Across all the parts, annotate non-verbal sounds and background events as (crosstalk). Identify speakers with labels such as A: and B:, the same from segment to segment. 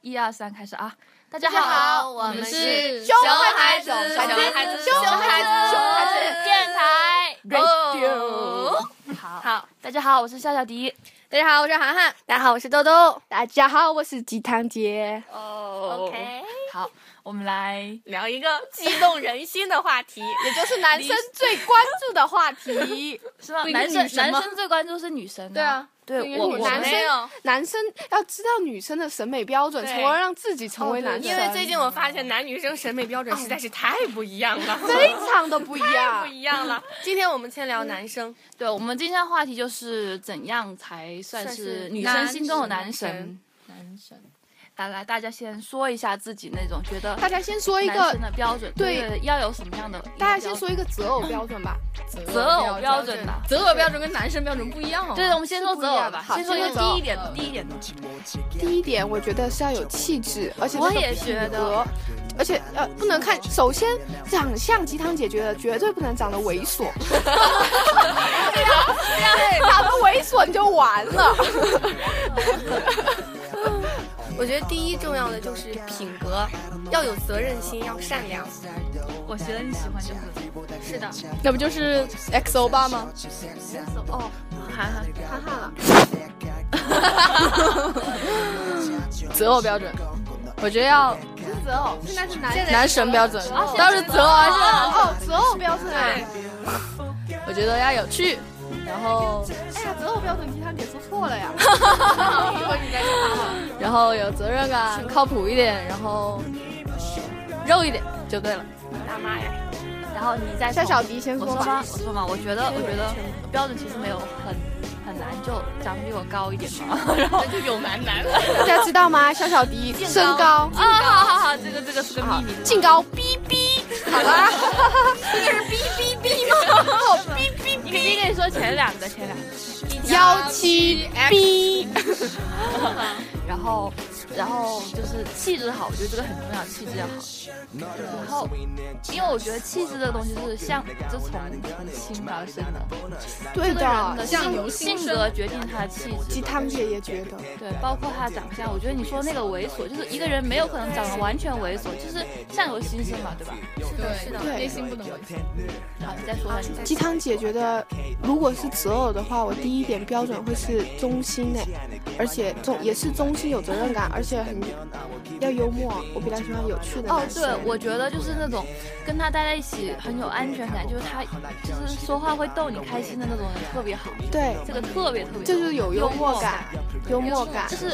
A: 一二三，开始啊！大
B: 大
A: 家
B: 家好，
A: 好，
B: 我们是
A: 熊
B: 孩
A: 孩
B: 子
A: 子
B: 熊孩子
A: 熊孩子
B: 熊
A: 熊
B: 孩
A: 孩
B: 子
A: 子
B: 电台
A: Radio 好，
B: 好，
A: 大家好，我是夏小迪。
B: 大家好，我是涵涵，大家好，我是豆豆，大家好，我是鸡汤姐。
A: 哦好，我们来
C: 聊一个激动人心的话题，也就是
B: 男生最关注的话题，
A: 是吗？
B: 不一定
A: 男生
B: 女神
A: 男
B: 吗
A: 生最关注是女生，
B: 对啊，
A: 对我
B: 因为
A: 我
B: 女生
A: 们
C: 没有，
D: (laughs) 男生要知道女生的审美标准，
C: 对
D: 从而让自己成为
B: 哦对
D: 男生，
C: 因为最近我发现男女生审美标准实在是太不一样了， (laughs)
D: 非常的不一
C: 太
D: 样
C: 不。一样了。今天我们先聊男生，
A: 对我们今天的话题就是怎样才算
C: 算
A: 是
C: 是
A: 女
C: 男
A: 生心中的
C: 神
A: 男神
C: 神？
B: 男神，
A: 来来，大家先说一下自己那种觉得
D: (laughs) 大家先说一
A: 男
D: 个
A: 生，的标准，
D: 对
A: 对，要有什么样的一个标准？
D: 大家先说一个择偶标准吧。
A: 择偶标准吧。
B: 择偶标准跟男生标准不一样哦。嗯
A: 对，我们先说择偶吧，
D: 是不
A: 先
D: 一样的
A: 说一个
D: 好先说择偶
A: 低一点的，低一点的。
D: 第一点，我觉得是要有气质，而且
A: 我
D: 那种
A: 也觉得
D: 品格，而且呃，不能看，首先长相，鸡汤姐觉得绝对不能长得猥琐，啊长得猥琐你就完了。
C: 我觉得第一重要的就是品格，要有责任心，要善良。
A: 我觉得你喜欢就是
C: 是的，
B: 那不就是 XO 八吗？
A: 哦，涵涵，
D: 哈哈了，
B: 择偶标准，我觉得要
D: 择偶现在是男
B: 男神标准，当然是择偶还是
D: 哦，择偶标准啊。
B: 我觉得要有趣，然后
D: 哎呀，择偶标准鸡汤姐说错了呀。
A: (laughs)
B: 然后有责任感，靠谱一点，然后、呃、肉一点就对了。
C: 大妈呀，
A: 然后你再
D: 夏
A: 说
D: 小迪先
A: 我
D: 说
A: 说吗
D: 吧。？
A: 我说嘛，我觉得我觉得标准其实没有很很难，就长得比我高一点 (laughs) 嘛。然后就有蛮难的。 (laughs)
D: 大家知道吗？小小迪身高
A: 啊，好好好，这个这个是个秘密。
D: 净高逼逼，
A: (laughs)
D: 好啦，
A: 你可以跟你说前两个，前两个。
D: 幺七
A: (laughs)
D: 逼，
A: 然后然后就是气质好，我觉得这个很重要，气质要好。然后因为我觉得气质这个东西就是像就从心而生的，
D: 对
A: 这个人
D: 的
A: 的。性啊性格决定他的气质
D: 鸡。汤姐也觉得，
A: 对，包括他的长相，我觉得你说那个猥琐，就是一个人没有可能长得完全猥琐，就是相由心生嘛，对吧？
D: 对，
A: 好，你再说吧，你再
D: 鸡汤姐觉得，如果是择偶的话，我第一点标准会是忠心哎，而且忠也是忠心有责任感，而且很要幽默，我比较喜欢有趣的
A: 哦
D: 男，生。
A: 对，我觉得就是那种跟他待在一起很有安全感，就是他就是说话会逗你开心的那种人特别好，
D: 对，
A: 这个特别特别好，
D: 这就是有幽默感，幽默感
A: 就。是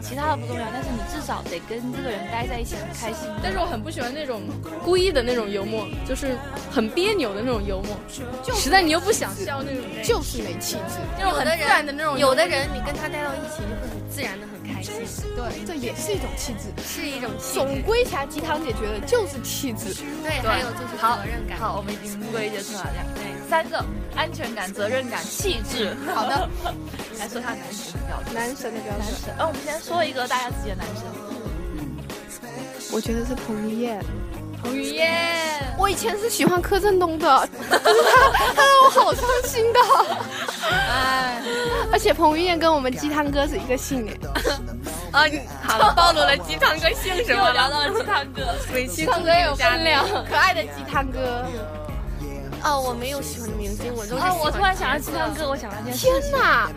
A: 其他的不重要，但是你至少得跟这个人待在一起很开心。
E: 但是我很不喜欢那种故意的那种幽默，就是很别扭的那种幽默，实在你又不想笑那种，
D: 就是没气质，
E: 那种很自然的那种幽默。
C: 有的人你跟他待到一起，你会很自然的很开心，
D: 对，这也是一种气质。
C: 是一种气
D: 总
C: 质。
D: 归起来，鸡汤姐觉得就是气质。
C: 对，还有就是
A: 好
C: 责任感。
A: 好，我们已经归结出来了对三个：安全感、责任感、气质。
D: 好的，
A: 来说下男神的标准。
D: 男神的标
A: 男
D: 准，
A: 神，呃，我们先说一个大家自己的男神。
D: 我觉得是彭于晏。
E: 彭于晏，
D: 我以前是喜欢柯震东的， (laughs) 但是他他让我好伤心 (laughs) 的。
E: 哎，
D: 而且彭于晏跟我们鸡汤哥是一个姓哎。
C: 啊，你好了，暴露了鸡汤哥姓什么
A: 聊
C: 了？
A: 到了鸡汤哥，
C: 委屈
E: 唱歌
A: (laughs)
E: 有分量。
D: 可爱的鸡汤哥。
C: 哦，我没有喜欢的明星，我都是喜
A: 啊，
E: 哦
C: 欢
A: 我突然想到鸡汤哥，我想到一件事，
D: 天哪！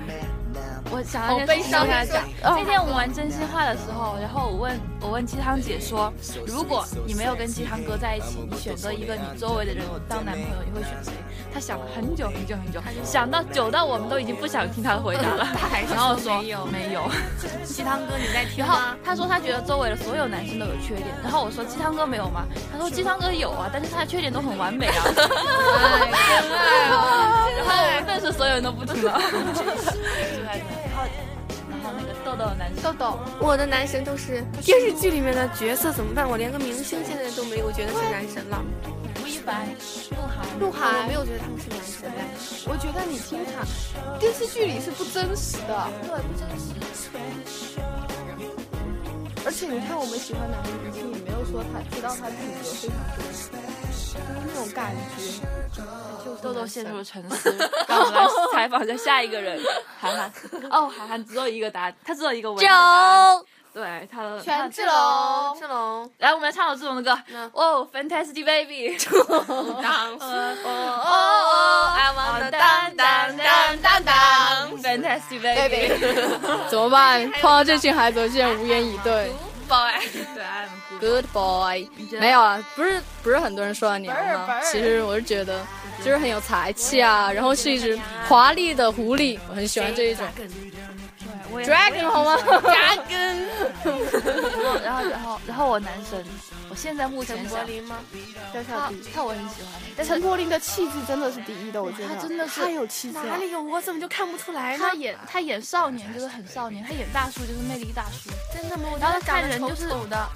A: 我想到一件事情
E: 好
A: 跟
E: 悲
A: 大家
E: 伤
A: 讲。那天我玩真心话的时候，然后我问我问鸡汤姐说，如果你没有跟鸡汤哥在一起，你选择一个你周围的人当男朋友，你会选谁？她想了很久很久很久，想到久到我们都已经不想听她的回答了。然后说没有没有。
C: 鸡汤哥，你在听
A: 然后
C: 吗？
A: 她说她觉得周围的所有男生都有缺点，然后我说鸡汤哥没有吗？她说鸡汤哥有啊，但是他的缺点都很完美啊。
D: 哎
A: (laughs) 然后我们顿时所有人都不听了。然后然后那个豆豆的男生。
D: 豆豆，
C: 我的男神都是电视剧里面的角色，怎么办？我连个明星现在都没有觉得是男神了。
A: 吴亦凡、鹿晗，
C: 鹿晗，我没有觉得他们是男神哎。
D: 我觉得你经常电视剧里是不真实的，对，不真实。而且你看，我们喜欢男明星，也没有说他知道他品格非常多，就是那种感觉。就是
A: 豆豆陷入了沉思。让我们来采访一下下一个人，涵涵。哦，涵涵只有一个答案，他只有一个唯一的答案。对，他的
B: 权志
A: 志
B: 龙，
C: 志龙，
A: 来，我们来唱首志龙的歌
C: 嗯。
A: 哦，Fantastic (laughs) Baby。
C: 当
A: 哦哦，I wanna dance dance dance dance dance，Fantastic Baby。
E: 怎么办？碰到这群孩子，我竟然无言以对。
A: (laughs) Boy，对，I'm good。
E: Good boy，
A: 真
E: 没有啊，不是不是很多人说到你
B: 本儿
E: 吗
B: 本儿？
E: 其实我是觉得，
C: 嗯
E: 就是很有才气啊，然后是一只华丽的狐狸，我很喜欢这一种。
A: 对，我也
E: Dragon 好吗？ (laughs)
A: 我然后然后然后我男神，我现在目前
C: 陈柏
A: 想
C: 霖吗？
D: 小小
A: 他
D: 弟。
A: 他我很喜欢，但
D: 陈
A: 是
D: 柏霖的气质真的是第一的，我觉得
A: 他真的是
D: 太有气质啊
C: 哪
D: 了。
C: 里有我怎么就看不出来呢？
A: 他演他演少年就是很少年，他演大叔就是魅力大叔。
C: 真的吗？我觉
A: 然后
C: 得
A: 他看
C: 长
A: 人
C: 得
A: 就
C: 丑
A: 是
C: 丑的，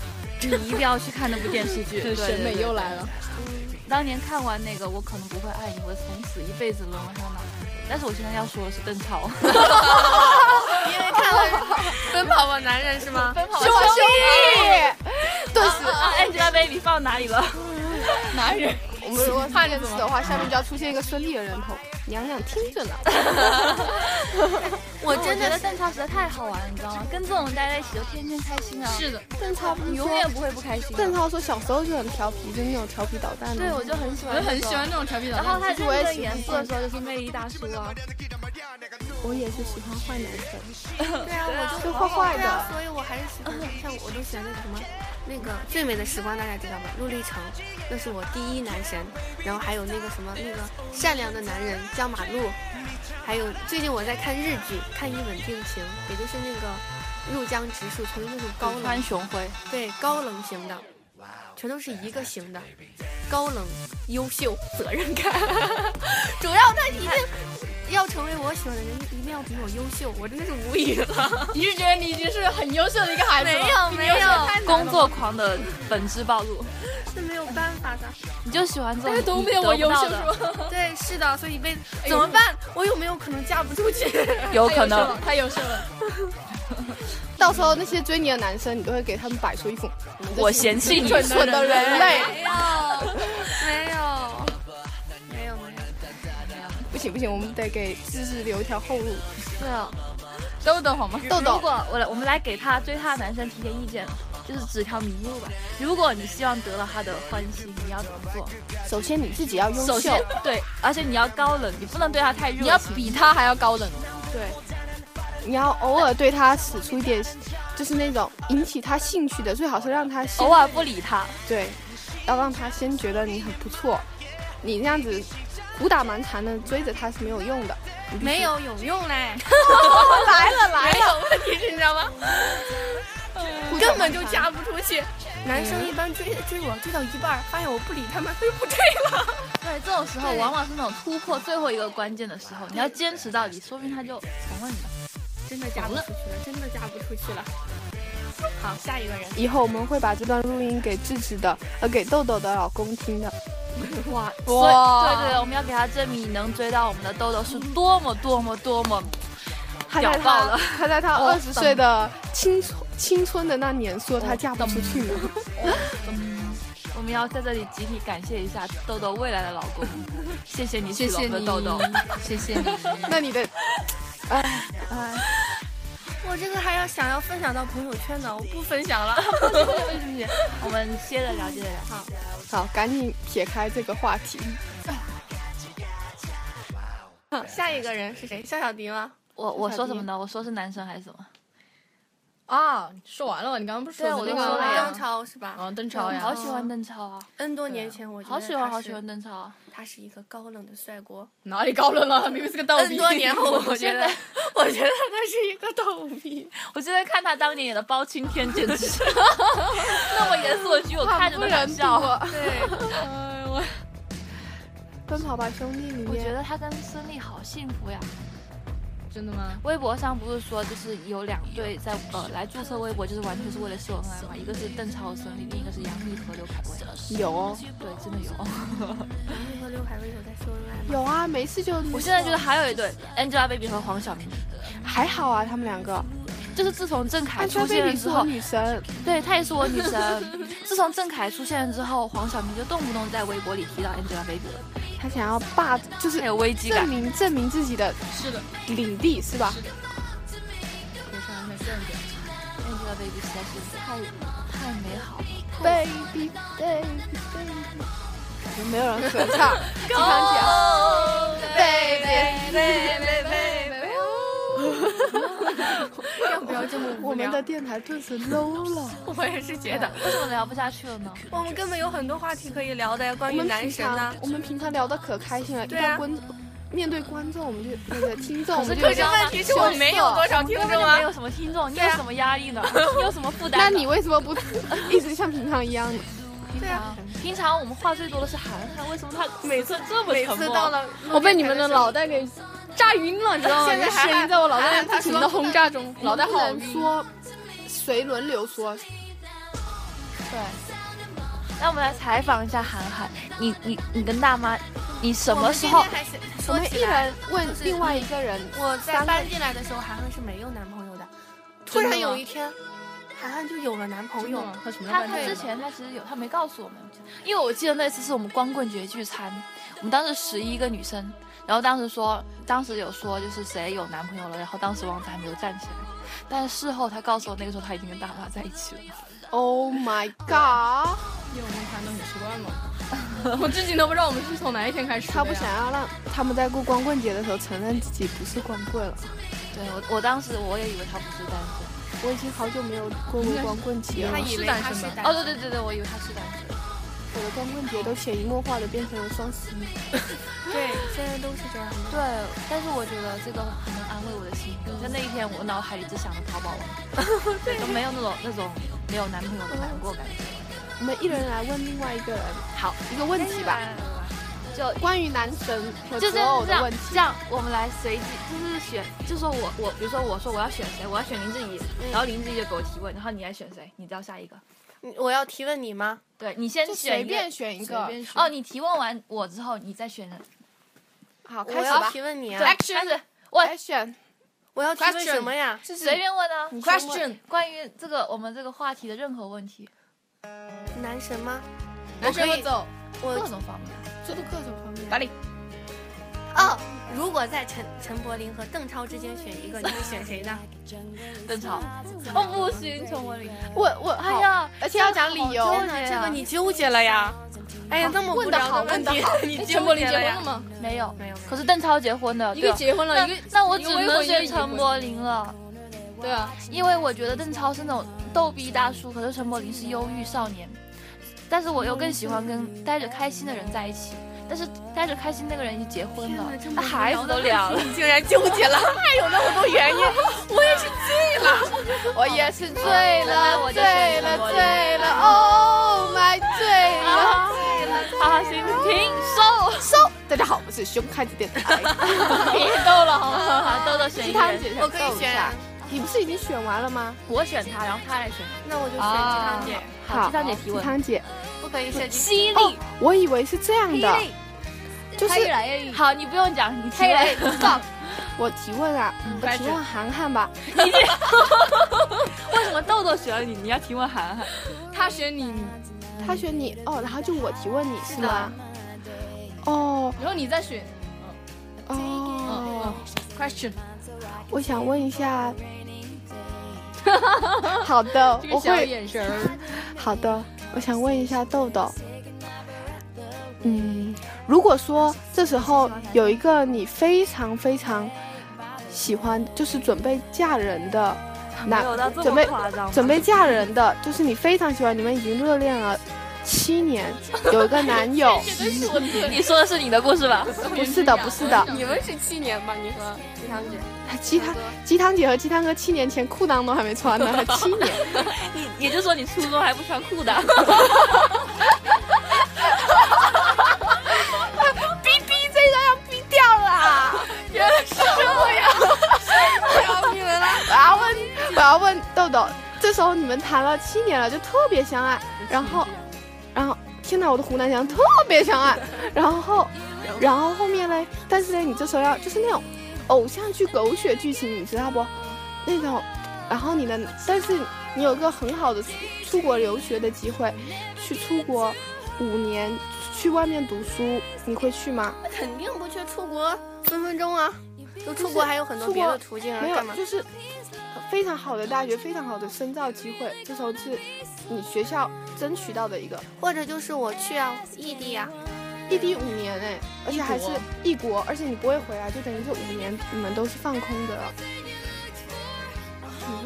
A: 你一定要去看那部电视 (laughs) 剧，对
E: 审美
A: 对
E: 又。
A: 对
E: 来了。
A: 当年看完那个，我可能不会爱你，我从此一辈子沦为他脑子。但是我现在要说的是邓
E: (laughs)
A: 超，
C: 因为看了《奔跑吧男人》是吗？
A: 奔跑吧
D: 是我兄弟，顿时
A: 啊，Angelababy 放哪里
E: (laughs)
A: 了？
D: 男人。我们如果看这次的话，下面就要出现一个孙俪的人头。娘娘听着呢，
A: 我真的觉得邓超实在太好玩了，你知道吗？跟这种人待在一起就天天开心啊，
E: (laughs) 是的，
D: 邓超不
A: 你
D: 是
A: 永远
D: 说，
A: 不会不开心。
D: 邓，超说小时候就很调皮，就那种调皮捣蛋的。
A: 对我就很喜
E: 我
A: 欢，
E: 就很喜欢。这种调皮捣
A: 然
E: 蛋。
A: 后他
D: 其实我也
A: 认真
D: 喜欢
A: 严肃的时候就是魅力大叔啊，
D: 我也是喜欢坏男生，
C: 对啊，我就
D: 就坏坏
C: 对啊
D: 的。，
C: 所以我还是喜欢像我都喜欢那个什么，那个最美的时光，大家知道吧？陆立成，那是我第一男神。然后还有那个什么，那个善良的男人江马路，还有最近我在看日剧，看《一吻定情》，也就是那个入江直树，从那种高冷
A: 川雄
E: (laughs)
A: 辉，
C: 对高冷型的，全都是一个型的，高冷、优秀、责任感。 (laughs) 主要他一定要成为我喜欢的人，一定要比我优秀，我真的是无语 (laughs) 了。
E: 你是觉得你已经是很优秀的一个孩子了？
C: 有没有，
A: 工作狂的本质暴
E: (laughs)
A: 露。
C: 是没有办法的。
A: 你就喜欢这
E: 但是
A: 种
E: 都
A: 你
E: 没有
A: 得
E: 我优
A: 不到
E: 秀
A: 的，
E: 是吗？
C: 对，是的，所以被怎么办？我有没有可能嫁不出去？ (laughs)
A: 有
E: 太优
A: 可
E: 秀了
A: 能。
E: 太优秀了。
D: 到时候那些追你的男生，你都会给他们摆出一副
A: 我嫌弃你
D: 蠢蠢的人类。
C: 没有，没有，没有，
E: (laughs)
C: 没有。
D: 不行不行，我们得给芝芝留一条后路。
A: 对啊，
E: 豆豆好吗？
D: 豆豆
A: 如果我来，我们来给他追他的男生提点意见，就是指条明路吧。如果你希望得到他的欢心，你要怎么做？
D: 首先你自己要优
A: 首
D: 秀
A: 先，对，而且你要高冷，你不能对他太热情。
E: 你要比他还要高冷。
D: 对，你要偶尔对他使出一点，就是那种引起他兴趣的，最好是让他先
A: 偶尔不理他，
D: 对，要让他先觉得你很不错。你那样子胡打蛮缠的追着他是没有用的。
C: 没有有用嘞，
D: 来了来了，
C: 其实你知道吗？根本就嫁不出去。男生一般追追我追到一半儿，发现我不理他们，他就不追了。
A: (laughs) 对这种时候往往是那种突破最后一个关键的时候，你要坚持到底，说不定他就从了你了。
C: 真的嫁不出去了，真的嫁不出去了。好，下一个人。
D: (laughs) 以后我们会把这段录音给智智的，呃，给豆豆的老公听的。
A: 哇
E: 哇
A: 哇！对对对，我们要给他证明能追到我们的豆豆是多么多么多么
D: 他在
A: 屌爆
D: 他
A: 了
D: 他在他
A: 我
D: 二十岁的青春青春的那年说他嫁不出去呢。
A: 我们要在这里集体感谢一下豆豆未来的老 (laughs) 公，谢谢你娶了我们的豆豆。
E: 谢谢你。
D: (laughs) 那你的，哎哎。
C: 我这个还要想要分享到朋友圈呢，我不分享了。
A: (laughs) 我们接着聊，接着聊。
D: 好，赶紧撇开这个话题。
C: 下一个人是谁？夏小迪吗？
A: 我我
D: 小
A: 说什
D: 弟
A: 么呢？我说是男生还是什么？
E: 啊，说完了，你刚刚不是
A: 对啊
E: 说
A: 我
E: 那
A: 都
E: 个
A: 说了呀
C: 张超是吧？
E: 啊，邓超
A: 我
E: 呀，
A: 好喜欢邓超啊！
C: N 多年前，我觉得
A: 好喜欢，
C: 他
A: 好
C: 是
A: 喜欢，邓超啊！
C: 他是一个高冷的帅哥。
E: 哪里高冷了？ (laughs) 明明是个逗
C: N
E: 逼。
C: 多
A: (laughs)
C: 年后，我觉
A: 现
C: 得
A: 在，
C: 我觉得他是一个逗逼。
A: 我现在看他当年演的《包青天》，简直是 (laughs) 那么严肃的剧，我看着都想笑。
C: 对， (laughs)
E: 哎我
D: 《奔跑吧兄弟》里
A: 我觉
D: 面，
A: 得他跟孙俪好幸福呀！
E: 真的吗？
A: 微博上不是说就是有两对在呃来注册微博，就是完全是为了秀恩爱嘛，一个是邓超和孙俪，另一个是杨幂和刘恺
C: (laughs)
A: 威。
D: 有哦
A: 对，真的有。
C: 你和刘恺威有在秀恩爱吗？
D: 有啊，没事就。
A: 我现在觉得还有一对 Angelababy 和黄晓明，
D: 还好啊，他们两个。
A: 就是自从郑恺
D: 安
A: 出
D: 全
A: 现
D: 贝
A: 了
D: 比
A: 之
D: 是我
A: 后，
D: 女神，
A: 对她也是我女神。自从郑恺出现了之后，黄晓明就动不动在微博里提到 Angelababy 了，
D: 她想要霸，就是
A: 很有危机
D: 证
A: 感。
D: 明证明自己的
E: 是的，
D: 领地是吧？
E: 别上来再正一点。
A: baby 实在是太太美好了。
D: baby baby baby，有没有人合
C: (laughs)
D: 唱？鸡汤姐，
C: 要不要这么无
D: 我们
C: 聊？
D: 的电台顿时 low
C: (laughs)
D: 了。
C: 我也是觉得，
A: 为什么聊不下去了呢？
C: 我们根本有很多话题可以聊的呀，关于男神呐、
D: 我们平常聊的可开心了，
C: 对
D: 一
C: 啊
D: 到观面对观众，我们就那个听众，我们就
A: 可
C: 可是
A: 啊
C: 问题是我没有多少听
A: 根本
C: 众
A: 就没
C: 啊，
A: 有什么听众，你
C: 对
A: 有
C: 啊
A: 什么压力呢？你有什么负担
D: 那
A: 呢？
D: 你为什么不 (laughs) 一直像平常一样呢？
C: (laughs)
A: 平
C: 对啊
A: 常平常我们话最多的是涵涵，为什 (laughs) 么他每次这么
C: 每
A: 沉默？
C: 次到了
E: 我被你们的脑袋给炸晕了，知道吗？
C: 现在哦还
E: 声音在我脑袋不停的轰炸中，脑袋
D: 不
E: 好
D: 能
E: 晕。
D: 说谁轮流说，
A: 对。那我们来采访一下涵涵，你你你跟大妈，你什么时候
C: 我们今天还是
D: 我
C: 说
D: 们一人
C: 起来，
D: 问另外一个人，
C: 我在
D: 三个
C: 搬进来的时候，涵涵是没有男朋友的，突然有一天，涵涵就有了男朋友。
E: 哦他什么
A: 他他
C: 对
A: 之前他其实有，他没告诉我们，因为我记得那次是我们光棍节聚餐，我们当时十一个女生，然后当时说，当时有说就是谁有男朋友了，然后当时王子还没有站起来，但是事后他告诉我那个时候他已经跟大妈在一起了，
D: Oh my god！
E: 因为我们谈的很习惯嘛。我至今都不知道我们是从哪一天开始的呀。
D: 他不想要让他们在过光棍节的时候承认自己不是光棍了。
A: 对我我当时我也以为他不是单身，
D: 我已经好久没有过过光棍节了，
C: 他以为他是单身
A: 哦对对对对，我以为他是单身，
D: 我的光棍节都潜移默化的变成了双十一。
C: 对，现在都是这样的。
A: 对，但是我觉得这个很能安慰我的心，在那一天我脑海里只想着淘宝网，
D: (laughs)
A: 对，都没有那种那种没有男朋友的难过感
D: 嗯
A: 觉。
D: 我们一人来问另外一个人
A: 好，
D: 一个问题吧，
A: 就
D: 关于男神和
A: 就
D: 择
A: 是
D: 偶
A: 这
D: 的
A: 样
D: 问，题
A: 这。样我们来随机，就是选，就说我我，比如说我说我要选谁，我要选林志颖，
D: 嗯
A: 然后林志颖就给我提问，然后你来选谁，你知道下一个，
C: 你我要提问你吗？
A: 对你先
D: 就
A: 选
D: 随
A: 一个
D: 便选一个，
A: 哦，你提问完我之后，你再选呃人，
D: 好，
C: 我
D: 开始
C: 要
D: 吧
C: 提。问你啊！
A: 对，开
D: 嗯
A: 始
D: 来选，
C: 我要提问什么呀？
A: 随便问啊，
E: question
A: 关于这个我们这个话题的任何问题，
C: 男神吗？
E: 男生
C: 我可
E: 会
C: 以
E: 走，
A: 各
C: 我
A: 种方面。
D: 这都各种方面。
E: 打理。
C: 哦，如果在陈陈柏霖和邓超之间选一个，你会选谁呢？
A: 邓超，我不行，陈柏霖。
D: 我我
A: 哎
D: 好，
A: 呀，
D: 而且要讲理由
A: 好
C: 天
A: 纠
C: 哪，
A: 结
C: 这个
A: 啊
C: 你纠结了呀！哎呀，那么无
D: 问得
C: 聊
D: 好
C: 的问
D: 问得
C: 题
D: 好，
C: (laughs) 你
E: 陈柏霖
C: 结
E: 结婚
C: 呀
E: 了？吗？
A: 没有，
C: 没有没有
A: 可是邓超结婚的，
E: 一
A: 对
E: 个
A: 啊
E: 结婚了，
A: 那
E: 一个
A: 那我
E: 一
A: 只
E: 个未
A: 能
E: 婚
A: 选
E: 一个已婚
A: 陈柏霖了，
E: 对啊，
A: 因为我觉得邓超是那种逗逼大叔，可是陈柏霖是忧郁少年。但是我又更喜欢跟带着开心的人在一起，但是带着开心那个人已经结婚了，那孩子都两了，
C: 你竟然纠结了，还有那么多原因，
D: (laughs)
C: 我也是醉了。哎
D: 我也是醉
A: 那
D: 了，
A: 我就
D: 醉
A: 选
D: 了
A: 陈柏，霖
D: 醉
C: (laughs)
D: 了，Oh my，醉
C: 啊
D: 了。
A: 啊，行，停，收，
D: 收，大家好，我是熊孩子电台，
A: 别逗了，好吗？好豆豆选
D: 鸡
A: 一
D: 汤
A: 人，
D: 姐，
C: 我可以哎选，啊
D: 你不是已经选完了吗？
A: 我选他，然后他来选你。
C: 那我就选鸡
A: 啊
C: 汤姐，
A: 好，鸡汤姐提问
D: 鸡。汤姐，
C: 不可以选鸡
A: 犀
D: 哦，我以为是这样的，就是
E: 他越来越
A: 好，你不用讲，你提
E: 他越来
A: 问
E: 越 stop，
D: 我提问啊，
C: 嗯
D: 我提问涵涵吧，
A: 为什么豆豆选了你？你要提问涵涵。
E: 他选你，你
C: 嗯
D: 他选你哦，然后就我提问你是
C: 的
D: 吗？哦
E: 然后你再选
C: 嗯
D: 哦，
E: question，
D: 我想问
E: (laughs)
D: 一下，好的
E: 这，个
D: 我
E: 小
D: 会
E: 眼神儿，
D: 好的，我想问一下豆豆，嗯，如果说这时候有一个你非常非常喜欢，就是准备嫁人的男，准备
A: 张
D: 准备嫁人的，就是你非常喜欢，你们已经热恋了
E: (laughs)
D: 七年，有一个男友，
E: 这是我的。
A: (laughs) 你说的是你的故事吧？
D: 不是的，不是的，
C: 你们是七年吧？你和鸡汤姐，
D: 鸡汤鸡汤姐和鸡汤哥七年前裤裆都还没穿
E: (laughs)
D: 呢，还七年，
A: 你也就是说你初中还不穿裤裆。
D: 我要问，我要问豆豆，这时候你们谈了七年了，就特别相爱，然后，然后，天哪，我的湖南腔特别相爱，然后，然后后面嘞，但是嘞，你这时候要就是那种偶像剧狗血剧情，你知道不？那种，然后你的，但是你有一个很好的出出国留学的机会，去出国五年，去外面读书，你会去吗？
C: 肯定不去出国分分钟啊！就出国还有很多
D: 出
C: 别
D: 国
C: 的途径啊，
D: 没有
C: 干嘛，？
D: 就是非常好的大学，非常好的深造机会，这时候是你学校争取到的一个
C: 或者就是我去啊，异地啊，
D: 异地五年哎，而且还是
E: 异国
D: 异国，而且你不会回来，就等于这五年你们都是放空的。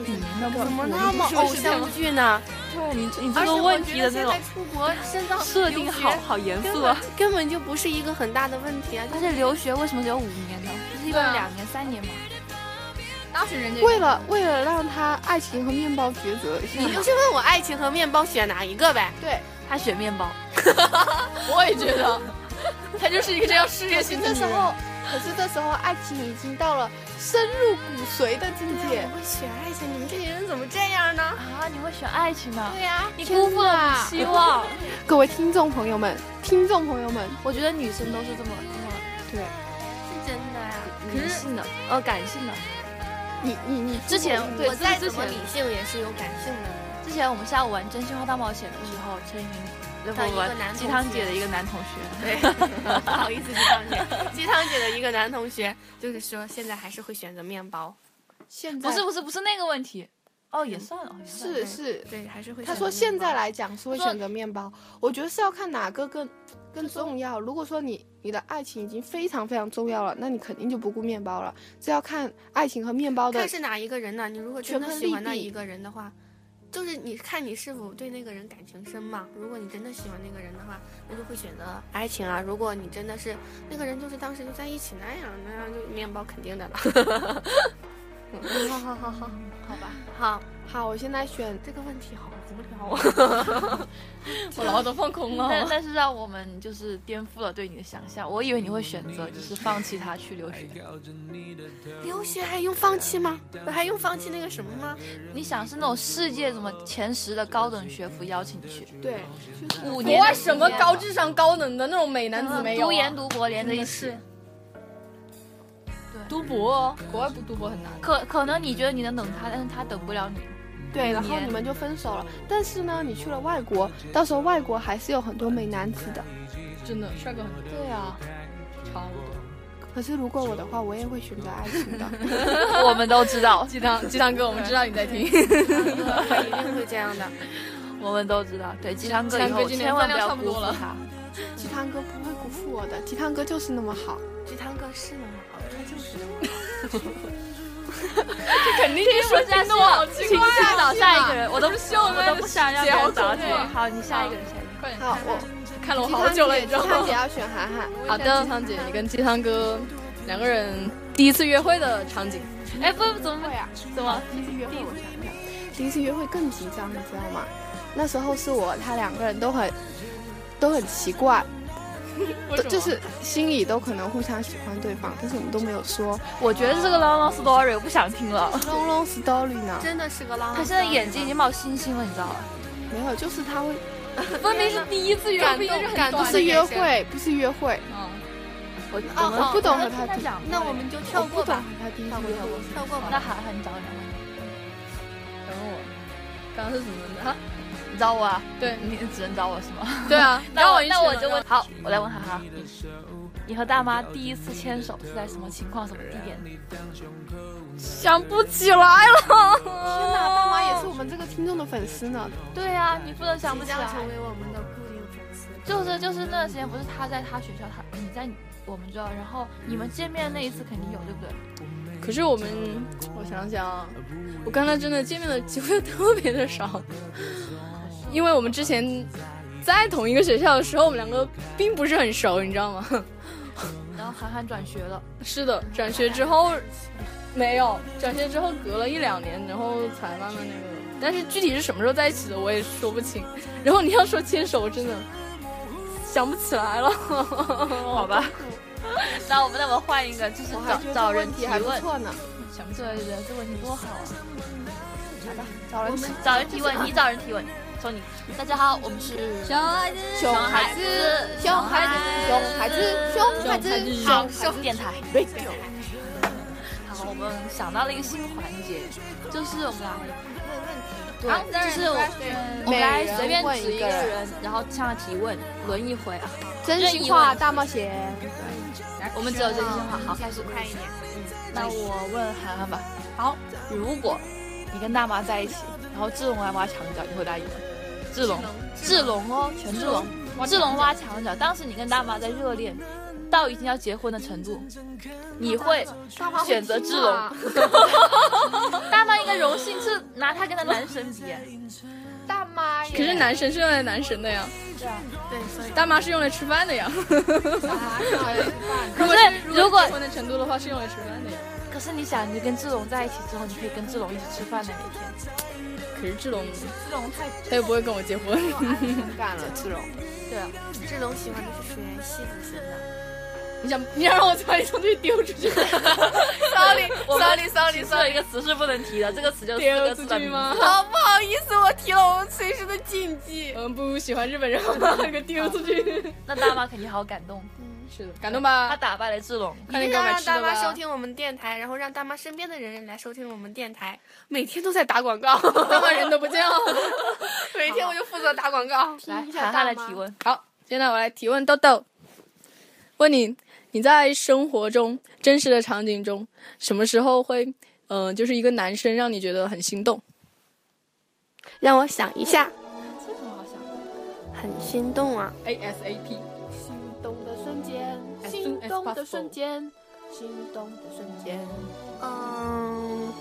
C: 怎么那么偶像剧呢？
A: 对你你这
C: 而且
A: 个
C: 我
A: 问
C: 觉
A: 题
C: 得
A: 的那种
C: 现在出国深造
A: 设
C: 留
A: 定
C: 学
A: 好好严
C: 根
A: 肃
C: 本
A: 啊。
C: 根本就不是一个很大的问题啊，就
A: 而
C: 是
A: 且留学为什么只有五年呢？不是一般两年、三年吗？
E: 当时人 (laughs) 家
D: 为了为了让他爱情和面包抉择一
C: 你
D: 下，
C: 就是问我爱情和面包选哪一个呗。
D: 对，
A: 他选面包，
E: 我也觉得，他就是一个这样事业
D: 可是
E: 心的
D: 这
E: 女
D: 时
E: 人。
D: 候，可是这时候爱情已经到了深入骨髓的境界
C: 我。会选爱情，哎你们这些人怎么这样呢？
A: 啊，你会选爱情呢？
C: 对啊呀、
A: 你辜负了你希望。
D: 各位听众朋友们，听众朋友们，
A: (laughs) 我觉得女生都是这么这
C: 是真的呀、
A: 么理性的，呃，感性的。
D: 你你你
A: 之前对，
C: 我
A: 就是
C: 再
A: 之
C: 怎么
A: 前
C: 理性也是有感性的。
A: 之前我们下午玩真心话大冒险的时候，陈云那
C: 当一
A: 不
C: 个男
A: 不，
C: 同
A: 鸡汤姐
C: 学
A: 的一个男同学，
D: (laughs)
C: 对，不好意思，鸡汤姐，鸡汤姐的一个男同学就是说，现在还是会选择面包。
D: 现在
A: 不是不是不是那个问题，哦也算了，也算了
D: 是是，
C: 对，还是会选择面包。
D: 他说现在来讲是会选择面包，我觉得是要看哪个更更重要。如果说你你的爱情已经非常非常重要了，那你肯定就不顾面包了，这要看爱情和面包的
C: 看是哪一个人呢？你如果真的
D: 权衡
C: 喜欢
D: 利
C: 那
D: 弊
C: 一个人的话，就是你看你是否对那个人感情深嘛。如果你真的喜欢那个人的话，那就会选择爱情啊。如果你真的是那个人，就是当时就在一起那样，那样就面包肯定的了。 (laughs)
D: 好好好好
A: 好吧。
C: 好，
D: 好，我现在选
C: 这个问题好无聊啊。
E: 我老都放空
A: 但
E: 了。
A: 但是让我们就是颠覆了对你的想象，我以为你会选择就是放弃他去留学。
C: 留学还用放弃吗？我还用放弃那个什么吗？ (laughs)
A: 你想是那种世界什么前十的高等学府邀请你去，
D: 对，
A: 五
E: 国
A: 年
E: 外什么高智商、高能的那种美男子没有、啊
A: 读研读博连着一起，
E: 是，读博哦，国外不读博很难。
A: 可可能你觉得你能等他，但是他等不 (laughs) 了你。
D: 对，然后你们就分手了。但是呢，你去了外国，到时候外国还是有很多美男子的。
E: 真的，帅哥很多，
D: 对啊，
E: 超多。
D: 可是如果我的话，我也会选择爱情的。
A: 我们都知道，
E: 鸡汤，鸡汤哥，我们知道你在听。
C: 我一定会这样的。
A: 我们都知道。对，鸡汤哥以
E: 鸡汤
A: 后
E: 哥今年
A: 千万不要
E: 饭量差不
A: 辜
E: 多
A: 负
E: 了
A: 他。
D: 鸡汤哥不会辜负我的，鸡汤哥就是那么好。
C: 鸡汤哥是那么好，他就是
E: 肯定是说
A: 下
E: 听
A: 去
E: 众好
A: 了，
E: 奇
A: 请
E: 怪啊
A: 去找下一个人，我都不
E: 秀恩
A: 我
E: 爱
A: 都
E: 的
A: 不想让
E: 姐
A: 别
E: 好
A: 人找
E: 恐
A: 你
E: 怖啊。
A: 好，你下一个人，下一个人。
E: 快点
D: 好，我
E: 看了 (laughs) 我
D: 鸡
E: 好
D: 汤
E: 久了，
D: 姐，
E: 你
D: 鸡
E: 知道
D: 汤姐
E: 吗？
D: 要选涵涵。
E: 好的，汤姐，你跟鸡汤哥两个人第一次约会的场景，
A: 哎，不，怎么
E: 啊
A: 呀？怎么？
D: 第一次约会，我想想，第一次约会更紧张，你知道吗？那时候是我他两个人都很都很奇怪，
E: 为
D: 都
E: 什么
D: 就是心里都可能互相喜欢对方，但是我们都没有说。哦
A: 我觉得这个 long long story 我不想听了。
D: Long long story 呢？
C: 真的是个浪。
A: 他现在眼睛已经冒星星了，你知道吧？
D: 没有，就是他会，
E: 分明是第一次约
C: 感
E: 会，
C: 动
E: 应该是
C: 感
E: 很
C: 动
E: 短
D: 不
E: 的
D: 是约
C: 眼神
D: 会，不是约会，
E: 嗯
A: 我
C: 哦
A: 我们
C: 哦
A: 不懂
D: 我
A: 和
D: 们
A: 他
D: 听他
A: 讲。
C: 那我们就
D: 我
C: 跳
D: 不
C: 过
D: 懂
C: 吧，
D: 和他第一
C: 跳
D: 次
C: 过
D: 约
C: 跳过
D: 会。
C: 跳过
A: 那
C: 吧。
A: 涵涵，你找我聊吗？
E: 等我，刚刚是什么啊？
A: 你找我啊？
E: 对
A: 你只能找我是吗？
E: 对啊，
A: 那我
E: 一起
A: 那我就问，好，我来问涵涵，你和大妈第一次牵手是在什么情况、什么地点？
E: 想不起来了。天
D: 天哪，大妈也是我们这个听众的粉丝呢。
A: 对啊，你不能想不起来。
C: 为我们的固定粉丝。
A: 就是就是那段时间，不是他在他学校，他你在我们这儿，然后你们见面那一次肯定有，对不对？
E: 可是我们，我想想啊，我跟他真的见面的机会特别的少，因为我们之前在同一个学校的时候，我们两个并不是很熟，你知道吗？
A: 然后韩寒转学了，
E: 是的，转学之后没有，转学之后隔了一两年，然后才慢慢那个，但是具体是什么时候在一起的我也说不清。然后你要说牵手，我真的想不
A: (laughs)
E: 起来了。
A: (laughs) 好吧。 (laughs) 那我们那我们换一个，就是
D: 我还
A: 找
D: 觉得
A: 找
D: 这
A: 人
D: 问
A: 提
D: 题还不
A: 问。
D: 错呢。
E: 想不起来，
A: 对对对，这问题多好啊！
D: 找人提
A: 找人提问，你找人提问，从你。大家好，我们是
E: 小孩子，
D: 熊孩子，熊孩子，熊孩子，熊孩子，
A: 好社会电台。好，我们想到了一个新环节，就是我们来问问题，对，就是我我们来随便指一个人，然后向他提问，轮一回啊。
D: 真心话大冒险。
A: 我们只有真心话，好，开始。
C: 快一点。
A: 嗯那我问涵涵吧。啊好，如果你跟大妈在一起，然后志龙来挖墙角，你会答应吗？志龙，志龙哦，全志龙，志龙挖墙角。当时你跟大妈在热恋，到已经要结婚的程度，你 (laughs) 会选择志龙？大妈应该荣幸是拿他跟他男神比，
D: 大妈耶，
E: 可是男神是用来男神的呀，
C: 对，所以
E: 大妈是用来吃饭的呀。
D: 啊是吧
A: 可是如
E: 如
A: 果
E: 果结婚的程度的话，是用来吃饭的呀。
A: 可是你想，你跟志龙在一起之后，你可以跟志龙一起吃饭的每天。
E: 可是志龙，
C: 嗯
A: 志龙太
E: 他又不会跟我结婚。 (laughs)
D: 勇敢了，志荣。
A: 啊
C: 志龙喜欢的是属于戏子型的，
E: 你想，你想让我把你从这里丢出
C: (laughs)
E: 去，
A: sorry sorry sorry sorry，一个词是不能提的，这个词 (laughs) 就是四
E: 丢
A: 个
E: 出
A: 字的
E: 去
A: 名
E: 吗
A: 字。？
D: 好不好意思，我提了我们随时的禁忌。
E: 我们嗯不喜欢日本人，我 (laughs) 把那个丢出
C: 啊
E: 去。
A: 那大妈肯定好感 (laughs) 动，
E: 是的，感动
A: 她
E: 吧？
A: 打败了志龙。
E: 快
C: 一
E: 点
C: 定
E: 给我
C: 要
E: 买
C: 让
E: 吃
C: 大
E: 的
C: 妈收
E: (laughs) 吧。
C: 听我们电台，然后让大妈身边的人来收听我们电台，每天都在打广告，
E: 大妈人都不叫。
C: 每天我就负责打广告。
A: 来，
D: 一下
A: 涵涵
D: 大
A: 来
D: 妈
A: 提问，
E: 好，现在我来提问豆豆，问你，你在生活中真实的场景中，什么时候会，嗯、就是一个男生让你觉得很心动？
C: 让我想一下，
A: 这很好想。
C: 很心动啊。
E: ASAP，
D: 心动的瞬间，
E: As
D: 心
E: soon as
D: 动的
E: possible
D: 瞬间，心动的瞬间。
C: 嗯，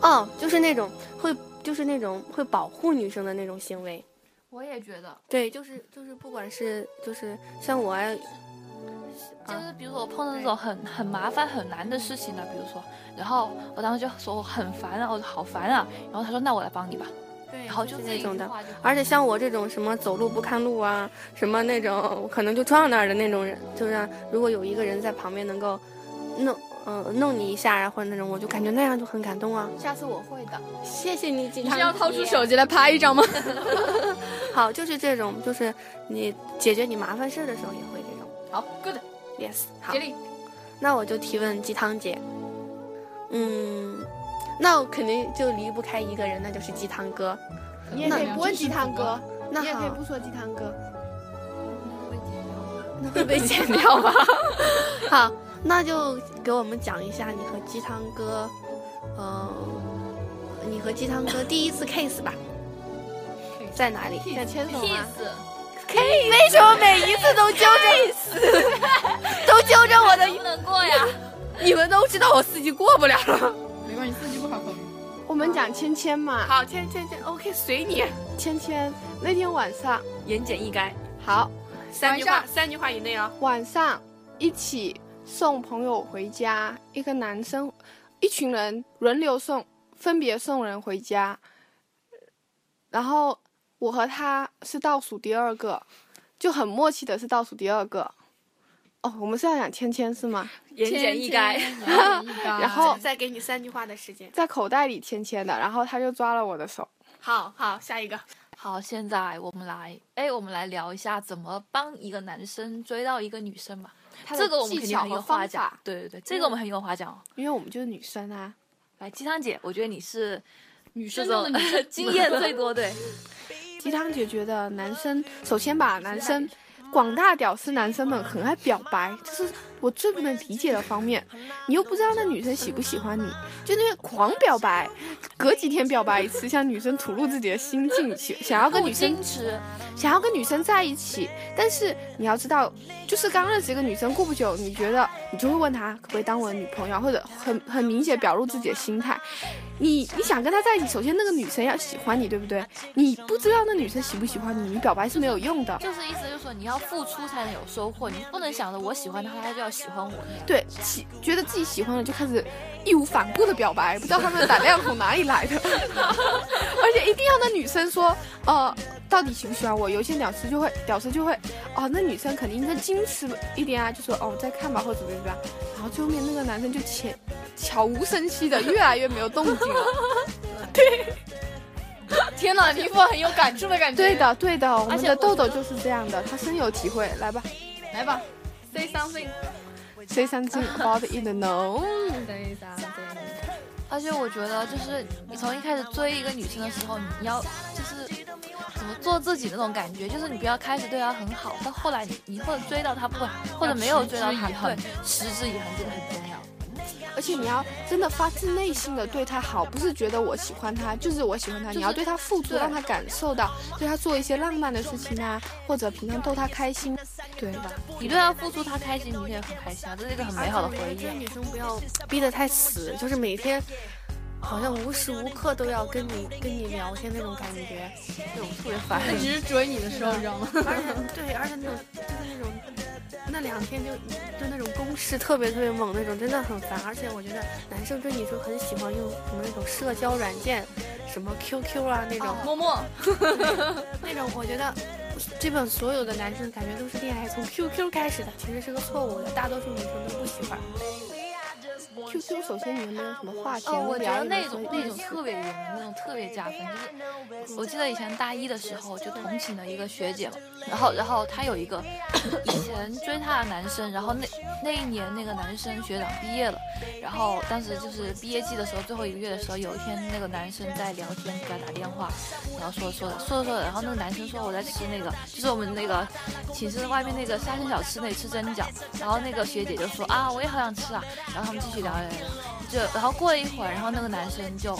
C: 哦，就是那种会，就是那种会保护女生的那种行为。
A: 我也觉得，
C: 对，就是就是，不管是就是像我啊，
A: 就是比如说我碰到那种很很麻烦很难的事情了，比如说，然后我当时就说我很烦啊，我好烦啊，然后他说那我来帮你吧，
C: 对
A: 然后就这
C: 那
A: 一
C: 种
A: 句
C: 的。
A: 话就好。
C: 而且像我这种什么走路不看路啊，什么那种可能就撞那儿的那种人，就是啊如果有一个人在旁边能够弄呃弄你一下啊，或者那种，我就感觉那样就很感动啊。
D: 下次我会的。
C: 谢谢你，警
E: 你
C: 察
E: 是。要掏出手机来拍一张
C: (laughs)
E: 吗？
C: 好，就是这种，就是你解决你麻烦事儿的时候也会这种。
E: 好，good，
C: Yes，好
E: 接。力。
C: 那我就提问鸡汤姐，嗯，那我肯定就离不开一个人，那就是鸡汤哥。
D: 你也可以不问鸡汤哥，
C: 那
D: 你也可以
C: 好，
D: 不说鸡汤哥。
C: 那会被剪掉吧？ (laughs) 好，那就给我们讲一下你和鸡汤哥，呃，你和鸡汤哥第一次 kiss 吧，在哪里？
D: 想牵手吗？
A: kiss，
C: 为什么每一次都纠正，都纠正我的？
A: 能不能过呀？
C: 你们都知道我四级过不了了。
E: 没关系，四句不好考虑。
D: 我们讲芊芊嘛，
C: 好，签签签，OK，随你。
D: 芊芊那天晚上，
C: 言简意赅，
D: 好，
C: 三句
E: 晚
C: 话，
E: 上
C: 三句话以内啊。
D: 晚上一起送朋友回家，一个男生，一群人轮流送，分别送人回家。然后我和他是倒数第二个，就很默契的是倒数第二个。哦，我们是要讲芊芊是吗？
C: 言简意赅。
E: (laughs)
D: 然后
C: 再给你三句话的时间。
D: 在口袋里芊芊的，然后他就抓了我的手。
C: 好好，下一个。
A: (laughs) 好，现在我们来，哎，我们来聊一下怎么帮一个男生追到一个女生吧。
D: 他的
A: 这个我们肯
D: 技
A: 定
D: 巧
A: 很
D: 和
A: 有话
D: 方
A: 讲
D: 法，，
A: 对对对，这个我们很有话讲哦。
D: 因为我们就是女生啊。
A: 来，鸡汤姐，我觉得你是
E: 女
A: 这
E: 生中
A: 种
E: 的女生
A: (laughs) 经验最多，对，
D: 鸡汤姐觉得男生首先吧，男生广大屌丝男生们很爱表白，这是我最不能理解的方面。你又不知道那女生喜不喜欢你，就那边狂表白，隔几天表白一次，向女生吐露自己的心境，想想要跟女生
A: 矜持，
D: 想要跟女生在一起，但是你要知道，就是刚认识一个女生，过不久，你觉得你就会问她可不可以当我的女朋友，或者很很明显表露自己的心态。你你想跟她在一起，首先那个女生要喜欢你，对不对？你不知道那女生喜不喜欢你，你表白是没有用的。
A: (laughs) 就是意思就是说你要付出才能有收获，你不能想着我喜欢他，他就要喜欢我那样。
D: 对，喜觉得自己喜欢了就开始义无反顾的表白，不知道他们的胆量从哪里来的， (laughs) 而且一定要那女生说，呃，到底喜不喜欢我？有些屌丝就会，屌丝就会，哦，那女生肯定应该矜持一点啊，就说哦再看吧，或者怎么怎么样，然后最后面那个男生就悄悄无声息的越来越没有动静了。 (laughs)
E: 天哪，你一副很有感触的感觉。
D: 对，的，对的，我
A: 而
D: 们
A: 且
D: 的
A: 我
D: 豆豆
A: 觉
D: 就是这样的，他深有体会。来吧
E: 来吧，say something。
D: ，say something about it now。
E: say something。
A: 而且我觉得就是你从一开始追一个女生的时候，你要就是怎么做自己那种感觉，就是你不要开始对她很好，到后来你你或者追到她不管，或者没有追到她，
E: 要持之以恒
A: 对，持之以恒这个很重要。
D: 而且你要真的发自内心的对他好，不是觉得我喜欢他，就是我喜欢他，你要对他付出，让他感受到，对他做一些浪漫的事情啊，或者平常逗他开心，对吧？
A: 你对他付出，他开心，你也很开心啊，这是一个
C: 嗯
A: 很美好的回忆啊
C: 这。 (laughs) 女生不要逼得太死，就是每天好像无时无刻都要跟你跟你聊天那种感觉。
A: 这种特别烦。
E: 他只是追你的时候，你知道吗？
C: 而且对，而且那种就是那种那两天就就那种攻势特别特别猛那种，真的很烦。而且我觉得男生追女生很喜欢用什么那种社交软件，什么 QQ 啊那种、
E: 默默，
C: 那种，我觉得。基本所有的男生感觉都是恋爱从 QQ 开始的，其实是个错误的，大多数女生都不喜欢。
D: QQ 首先你们没有什么话题，
A: 哦，我觉
D: 无
A: 得
D: 聊也
A: 那
D: 没
A: 种
D: 有
A: 那
D: 意
A: 种
D: 思
A: 特别圆，那种特别加分。就是我记得以前大一的时候，就同寝的一个学姐嘛，然后然后她有一个以前追她的男生，然后那那一年那个男生学长毕业了，然后当时就是毕业季的时候，最后一个月的时候，有一天那个男生在聊天，给他打电话，然后说说着说着说着，然后那个男生说我在吃那个，就是我们那个寝室外面那个沙县小吃那里吃蒸饺，然后那个学姐就说啊我也好想吃啊，然后他们继续聊聊聊。就然后过了一会儿，然后那个男生就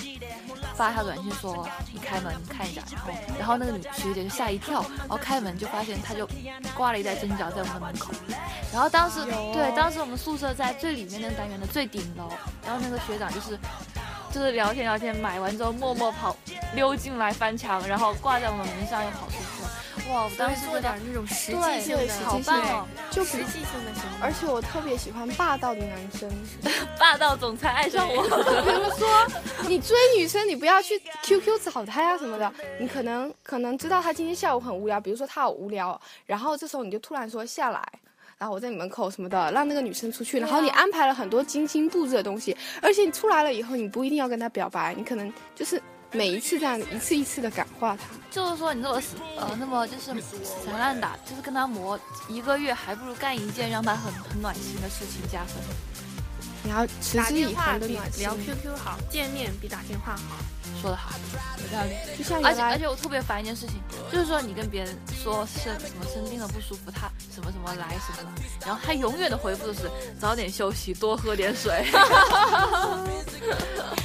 A: 发条短信说你开门看一下，然后然后那个女学姐就吓一跳，然后开门就发现他就挂了一袋蒸饺在我们的门口，然后当时对当时我们宿舍在最里面那个单元的最顶楼，然后那个学长就是。就是聊天聊天，买完之后默默跑溜进来翻墙，然后挂在我们门上又跑出去了。哇！我当时觉
C: 做
A: 得
C: 点那种实际性
A: 对，
C: 的、
A: 好棒哦！
D: 就比
C: 实际性的行为。
D: 而且我特别喜欢霸道的男生。
A: 霸道总裁爱上我。
D: (laughs) 比如说，你追女生，你不要去 QQ 找她啊呀什么的，你可能可能知道她今天下午很无聊，比如说她好无聊，然后这时候你就突然说下来。然后我在你门口什么的，让那个女生出去，然后你安排了很多精心布置的东西，而且你出来了以后，你不一定要跟她表白，你可能就是每一次这样一次一次的感化她。
A: 就是说你这么死呃那么就是死缠烂打，就是跟他磨一个月，还不如干一件让他很很暖心的事情加分。
D: 你要持
C: 打
D: 之
C: 电
D: 以
C: 话
D: 恒的
C: 比
D: 暖心
C: 聊，QQ 好，见面比打电话好。
A: 说得好，
D: 就像
A: 而
D: 原
A: 且而
D: 来
A: 且我特别烦一件事情，就是说你跟别人说生什么生病了不舒服，他什么什么来什么，然后他永远的回复就是早点休息，多喝点水，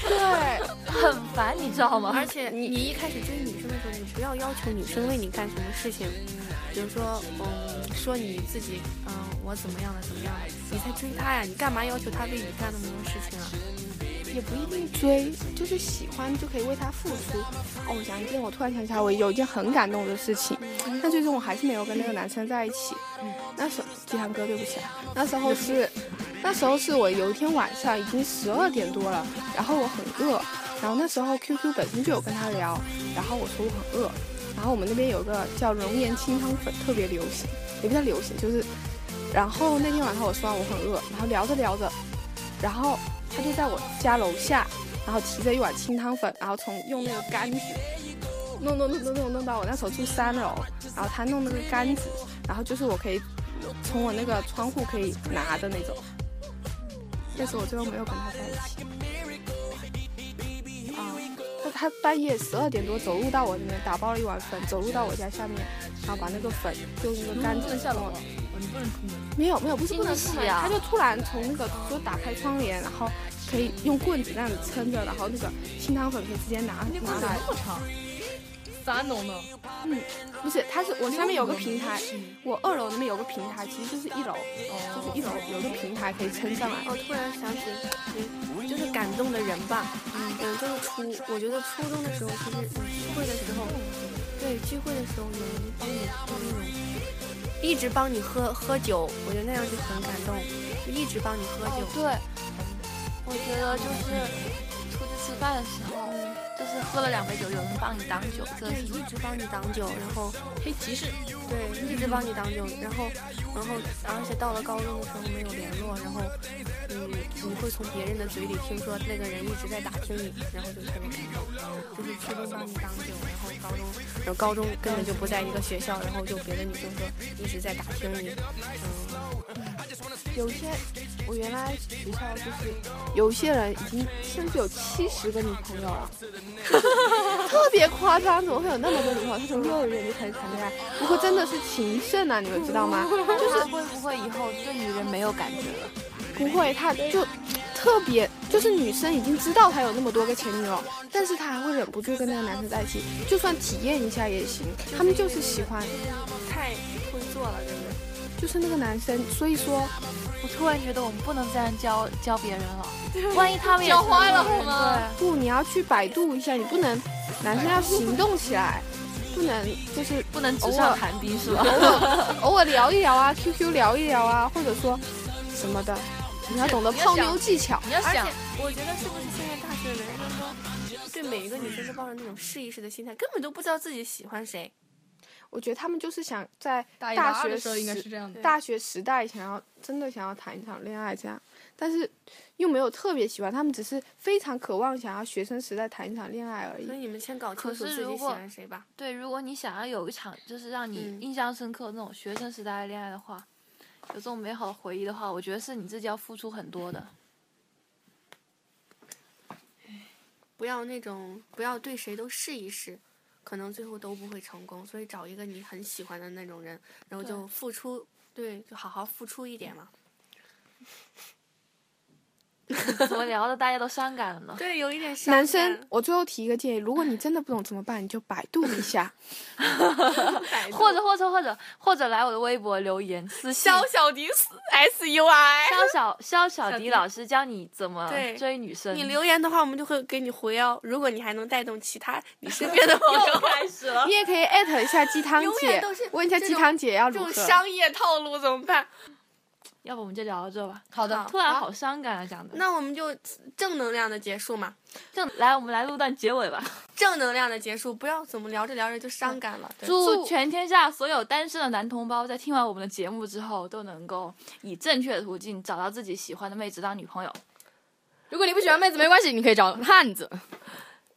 D: 对，
A: 很烦，你知道
D: 嗯
A: 吗？
C: 而且你一开始追女生的时候，你不要要求女生为你干什么事情，比如说，嗯，说你自己，嗯，我怎么样了，怎么样了，你才追她呀，你干嘛要求她为你干那么多事情啊？
D: 也不一定追，就是喜欢就可以为他付出。哦，我想一件，我突然想起来，我有一件很感动的事情，
C: 啊 (laughs)
D: 但最终我还是没有跟那个男生在一起。那时候，鸡汤嗯哥，对不起啊，那时候是，那时候是我有一天晚上已经十二点多了，然后我很饿，然后那时候 QQ 本身就有跟他聊，然后我说我很饿，然后我们那边有个叫熔岩清汤粉特别流行，也不叫流行，就是，然后那天晚上我说我很饿，然后聊着聊着，然后他就在我家楼下，然后提着一碗清汤粉，然后从用那个杆子弄弄弄弄弄弄到我那时候住三楼，然后他弄那个杆子，然后就是我可以从我那个窗户可以拿的那种。但是我最后没有跟他在一起。啊，他他半夜十二点多走路到我那边，打包了一碗粉，走路到我家下面，然后把那个粉用那个杆子
E: 能下楼
D: 弄
E: 吗？你不能出门。
D: 没有没有，不是不能
A: 惊
D: 出
A: 喜
D: 门，
A: 啊
D: 他就突然从那个说打开窗帘，然后可以用棍子那样子撑着，然后那个清汤粉可以直接拿
E: 你
D: 拿
E: 棍子
D: 来。
E: 那么长，咋弄的？
D: 不是，它是我下面有个平台，我二楼那边有个平台，其实就是一楼，
E: 嗯
D: 就是一楼有个平台可以撑上来。
C: 我哦突然想起，嗯，就是感动的人吧，嗯，就是初，我觉得初中的时候，其实你聚会的时候，对聚会的时候有人帮你做那种，一直帮你喝喝酒，我觉得那样就很感动，一直帮你喝酒
A: 哦，。对，我觉得就是出去吃饭的时候，就是喝了两杯酒，有人帮你挡酒，这 (laughs)
C: 对，
A: 是
C: 一直帮你挡酒，然后
E: 黑骑士，
C: 对，一直帮你挡酒，然后，然后，而且到了高中的时候没有联络，然后，嗯，你会从别人的嘴里听说那个人一直在打听你，然后就特别感动，就是初中帮你挡酒，然后高中，然后高中根本就不在一个学校，然后就别的女生说一直在打听你，嗯，
D: 有些我原来学校就是有些人已经甚至有七十个女朋友 (laughs) 了，特别夸张，怎么会有那么多女朋友？他从幼儿园就开始谈恋爱，不过真的是情圣啊，你们知道吗？
A: 就是会不会以后对女人没有感觉了？
D: 不会，他就特别，就是女生已经知道她有那么多个前女友，但是她还会忍不住跟那个男生在一起，就算体验一下也行。他们就是喜欢，
C: 太会做了，真的。
D: 就是那个男生，所以说
A: 我突然觉得我们不能再教教别人 (laughs) 了，万一他们也
E: 教坏了
A: 是
E: 好吗
D: 不，你要去百度一下，你不能，男生要行动起来，不能就是
A: 对，不能
D: 偶
A: 纸
D: 尔
A: 上谈兵是吧？
D: 偶尔聊一聊啊，QQ 聊一聊啊，或者说什么的，你要懂得
A: 你要
D: 泡
A: 想
D: 妞技巧。
A: (laughs) 你要
C: 而且
A: 想，
C: 我觉得是不是现在大学的人就是说，对每一个女生都抱着那种试一试的心态，根本都不知道自己喜欢谁。
D: 我觉得他们就是想在
E: 大一
D: 大
E: 大二
D: 学
E: 的时候应该
D: 时
E: 是这样的。
D: 大学时代想要真的想要谈一场恋爱这样，但是又没有特别喜欢，他们只是非常渴望想要学生时代谈一场恋爱而
C: 所以
D: 已。
C: 你们先搞清
A: 可
C: 楚
A: 是
C: 自己
A: 如
C: 喜
A: 果
C: 欢谁吧。
A: 对，如果你想要有一场就是让你
C: 嗯
A: 印象深刻的那种学生时代的恋爱的话，有这种美好的回忆的话，我觉得是你自己要付出很多的。 (laughs)
C: 不要那种不要对谁都试一试，可能最后都不会成功。所以找一个你很喜欢的那种人，然后就付出，对，就好好付出一点嘛。
A: 怎么聊的大家都伤感了呢？
C: 对，有一点伤
D: 男生，我最后提一个建议，如果你真的不懂怎么办，你就百度一
C: (laughs)
D: 下。
A: 或者或者或者或者来我的微博留言私信，
C: 小小迪 S U I，
A: 肖小肖小
C: 小
A: 迪
C: 迪
A: 老师教你怎么
C: 对
A: 追女生。
C: 你留言的话，我们就会给你回哦。如果你还能带动其他你 (laughs) 身边的朋友，
A: 开始了，
D: 你也可以艾特一下鸡汤
C: 永
D: 姐
C: 远都是，
D: 问一下
C: 这
D: 鸡
C: 种
D: 汤姐要
C: 这
D: 如
C: 种
D: 何。
C: 商业套路怎么办？
A: 要不我们就聊到这吧。
E: 好
C: 好
A: 突然好伤感啊，讲的。
C: 那我们就正能量的结束嘛，
A: 正来，我们来录段结尾吧。
C: 正能量的结束，不要怎么聊着聊着就伤感了。对
A: 祝全天下所有单身的男同胞在听完我们的节目之后，都能够以正确的途径找到自己喜欢的妹子当女朋友。
E: 如果你不喜欢妹子没关系，你可以找汉子。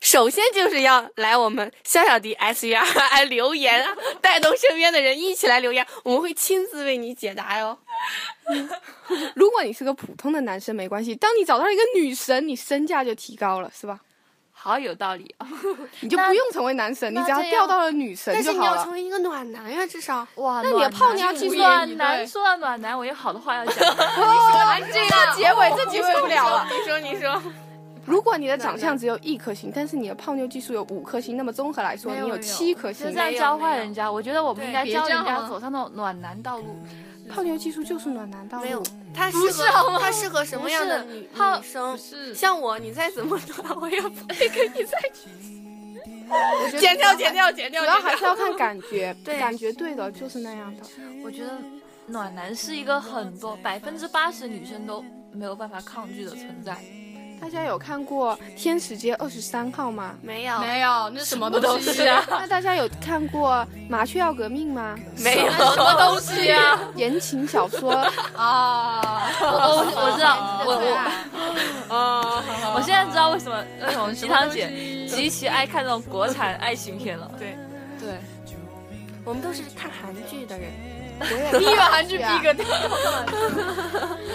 C: 首先就是要来我们小小迪 S U R 留言 (laughs) 啊，带动身边的人一起来留言，我们会亲自为你解答哟。
D: 如果你是个普通的男生没关系，当你找到一个女神，你身价就提高了，是吧？
A: 好有道理啊！
D: 你就
A: 那
D: 不用成为男神，你
A: 那
D: 只要
A: 这样
D: 钓到了女神
C: 但是
D: 就
C: 你
D: 好
C: 要
D: 了
C: 成。为一个暖男呀、至少
A: 哇，
D: 那你的泡妞技术
A: 暖
E: 对
A: 男说到暖男，我有好多话要讲。啊
E: 啊
D: 这结尾这结尾不了了。
C: 你说，你说，
D: 如果你的长相只有一颗星，但是你的泡妞技术有五颗星，那么综合来说
E: 没有
D: 你有七颗
A: 就
D: 星
A: 这。样教坏人家，我觉得我们
C: 对
A: 应该
E: 别
A: 教啊
E: 这样
A: 人家
E: 了
A: 走上那种暖男道路。
D: 泡妞技术就是暖男道路。
C: 没有，他适合他适合什么样的
A: 不
C: 女
A: 他
C: 女生？
A: 嗯
E: 是
C: 像我，你再怎么暖，我也不 (laughs)
D: 我觉得
C: 剪掉，剪掉，剪掉，
D: 主要还是要看感觉，
C: 对
D: 感觉对了就是那样的。
A: 我觉得暖男是一个很多百分之八十女生都没有办法抗拒的存 (laughs) 在。
D: 大家有看过《天使街二十三号》吗？
C: 没有，
E: 没有，那什么东西啊？
D: 那大家有看过《麻雀要革命》吗？
C: 没有，
E: 什么东西啊？ (laughs)
D: 言情小说，
E: 啊！
A: 我我我知道，我我
E: 啊！
A: 我现在知道为什 (laughs) 么那种鸡汤姐
E: 姐
A: 极其爱看那种国产爱情片了。
C: 对
A: 对，
C: 我们都是看韩剧的人。
E: (laughs)
D: 我也
E: 逼吧，韩剧逼个你。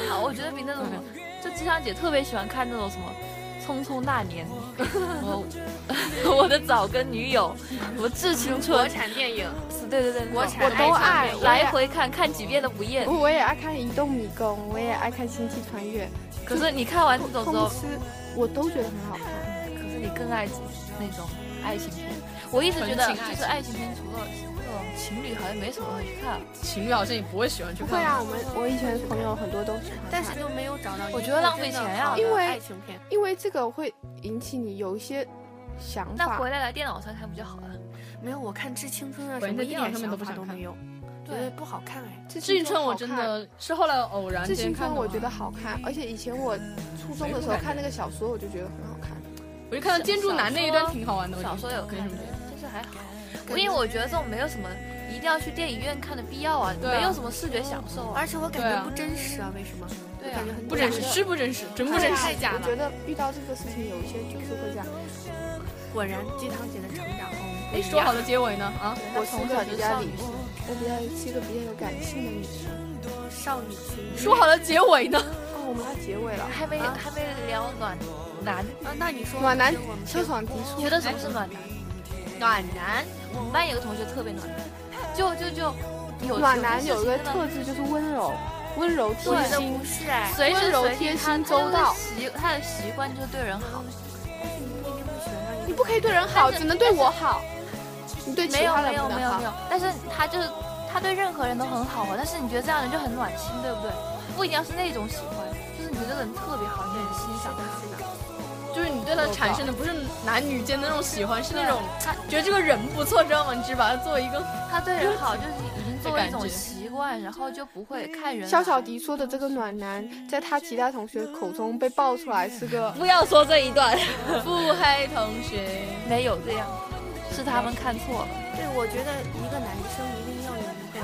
A: 好，我觉得比那种 (laughs) 就鸡汤姐特别喜欢看那种什么《匆匆那年》， (laughs) 我我 (laughs) 的早跟女友，什么致青春，
C: 产电影，
A: 对对对，
C: 国
A: 那种
C: 产
D: 我都爱
C: 情片
A: 来回看看几遍都不厌。
D: 我也爱看《移动迷宫》，我也爱看《星际穿越》，
A: 可是你看完这种之
D: 通
A: 后，
D: 吃我都觉得很好看。
A: 可是你更爱那种爱情片。我一直觉得
E: 纯情
A: 就
E: 爱
A: 是爱情
E: 情
A: 片，除了那种情侣，好像没什么人去看。
E: 情侣好像也不会喜欢去
D: 不
E: 看。
D: 会啊，我们我以前朋友很多都喜欢看，
C: 但是就没有找到一个
A: 我觉得浪费钱啊
C: 真的好的
D: 因为
C: 爱情片，
D: 因为这个会引起你有一些想
A: 那
D: 法
A: 回。来来电脑上看不就好啊了？
C: 没有我看《致青春》啊
E: 我
C: 什
E: 连
C: 么
E: 在
C: 一
E: 电脑
C: 点
E: 上面
C: 想
E: 都不
C: 法
E: 想
C: 都
E: 看
C: 没有，觉得不好看哎。
D: 这
E: 致青春我真的是后来偶然
D: 这
E: 间
D: 青
E: 看
D: 春
E: 的，
D: 我觉得好看，而且以前我初中的时候看那个小说，我就觉得很好看。
E: 我就看到建筑男那一段挺好玩的。
A: 小说有看
E: 没什么觉得，
A: 就是还好。因为我觉得这种没有什么一定要去电影院看的必要啊，
E: 对啊
A: 没有什么视觉享受啊。
C: 而且我感
E: 对
C: 觉
E: 啊
C: 不真实啊，为什么？
A: 对啊
C: 我感觉很
E: 不真
C: 假
E: 实是不真实，真不
D: 对
E: 真
D: 啊
E: 实。
D: 我觉得遇到这个事情，有一些就是会这样。
C: 果然鸡汤姐的成长哦
E: 哎，说好的结尾呢？啊，
D: 我是一个比较理
A: 女
D: 性，我比较是一个比较有感性的女生。
C: 少女心。
E: 说好的结尾呢？
D: 哦，我们要结尾了。
A: 还没
C: 啊
A: 还没聊暖男，
C: 啊，那你说
D: 暖男
C: 我觉得我们
D: 车爽迪
A: 你
D: 出
A: 觉，得什么是暖男？
C: 暖男，
A: 哎我们班有个同学特别暖男，就就就有
D: 暖男
A: 有
D: 有一
A: 的
D: 个
A: 事情真的
D: 特质就是温柔，温柔
C: 我
D: 贴
C: 觉得
D: 心
C: 不，是哎，
A: 随时
D: 温柔
A: 随
D: 贴
A: 地他
D: 心
A: 他
D: 周
A: 就是
D: 到
A: 习他的习惯就是对人好，
D: 你不可以对人好，
A: 但是
D: 只能对我好，你对
A: 没
D: 其
A: 有
D: 他人
A: 没有
D: 不
A: 没
D: 能
A: 有
D: 好
A: 没。有，但是他就是他对任何人都很好啊，但是你觉得这样的人就很暖心，对不对？不一定要是那种喜欢，就是你觉得这个人特别好，你很欣赏他。
E: 就是你对他产生的不是男女间的那种喜欢，是那种
A: 他
E: 觉得这个人不错，知道吗？你只把他作为一个
A: 他对人好就是已经作为一
E: 的
A: 种
E: 感觉
A: 习惯，然后就不会看人。
D: 嗯肖小迪说的这个暖男，在他其他同学口中被爆出来是个
B: 不要说这一段，
E: 腹黑同学。
A: (laughs) 没有这样，是他们看错了。
C: 对，我觉得一个男生一定要有一个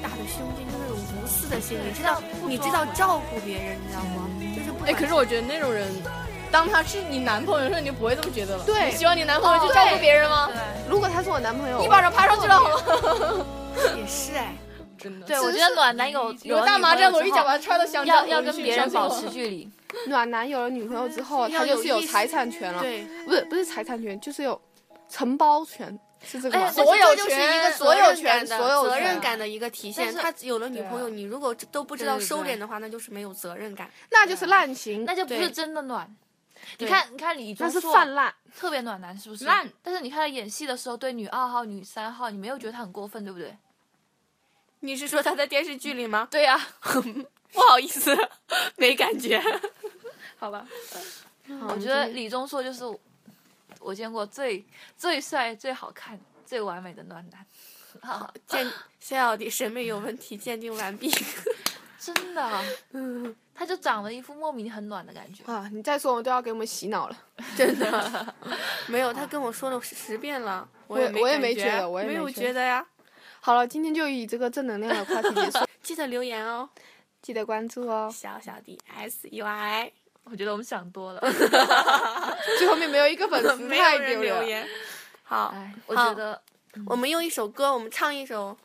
C: 大的胸襟，就是那种无私的心，你知道，你知道照顾别人，你知道吗？就是不
E: 哎，
C: 管
E: 可是我觉得那种人，当他是你男朋友的时候，你就不会这么觉得了。
D: 对
E: 你希望你男朋哦
A: 哦
E: 友去照顾别人吗？
D: 如果他是我男朋友，
E: 一巴掌拍上去了，哦好吗？
C: 也是哎，
E: (laughs) 真的。
A: 对，我觉得暖男有
E: 有大麻
A: 这
E: 将，我一脚把他踹到香蕉
A: 要
E: 里
A: 要
E: 去
A: 跟别人
E: 伤心
A: 保
E: 了
A: 持距离。
D: 暖男有了女朋友之后，
C: 要
D: 他就
C: 有
D: 是有
C: 意思
D: 财产权了，
C: 对，
E: 哎
D: 不是不是财产权，就是有承包权，是这个吗？
A: 哎
E: 所有
C: 这就是一个
E: 权，
C: 责
D: 所
C: 任感
D: 有权所有
C: 的责任
D: 权
C: 感的一个体现。
A: 但
C: 他有了女朋友，
E: 对啊
C: 你如果都不知道
E: 对对
C: 收
E: 对
C: 敛的话，那就是没有责任感。
D: 那就是滥情，
A: 那就不是
C: 对
A: 真的暖。你
C: 对
A: 看，你看李钟
D: 那是
A: 硕
D: 泛滥。
A: 特别暖男，是不是？
E: 烂。
A: 但是你看他演戏的时候，对女二号、女三号，你没有觉得他很过分，对不对？
C: 你是说他在电视剧里吗？
A: 对呀、
C: (laughs) 不好意思， (laughs) 没感觉。
A: 好吧。
D: 好
A: 我觉得李钟硕就是我我见过最最帅、最好看、最完美的暖男。啊，
C: (laughs) 鉴谢小迪审美有问题，鉴定完毕。
A: 真的，啊他就长了一副莫名很暖的
D: (laughs)
A: 感觉。
D: 啊，你再说我都要给我们洗脑了。
C: 真的，没有，他跟我说了十十遍了，
D: 我也
C: 没
D: 我也
C: 感
D: 没觉得我也
C: 没
D: 没
C: 有
D: 觉
C: 觉得呀。
D: 好了，今天就以这个正能量的话题结
C: (laughs)
D: 束，
C: 记得留言哦，
D: 记得关注哦。
C: 小小迪 S U (laughs) I，
A: 我觉得我们想多了。
D: 最后面没有一个粉丝
C: (laughs) 没有
D: 太丢
C: 人
D: 脸
C: 留
D: 了。
C: 言。好，
A: 哎，我觉得
C: 我们用一首歌，我们唱一首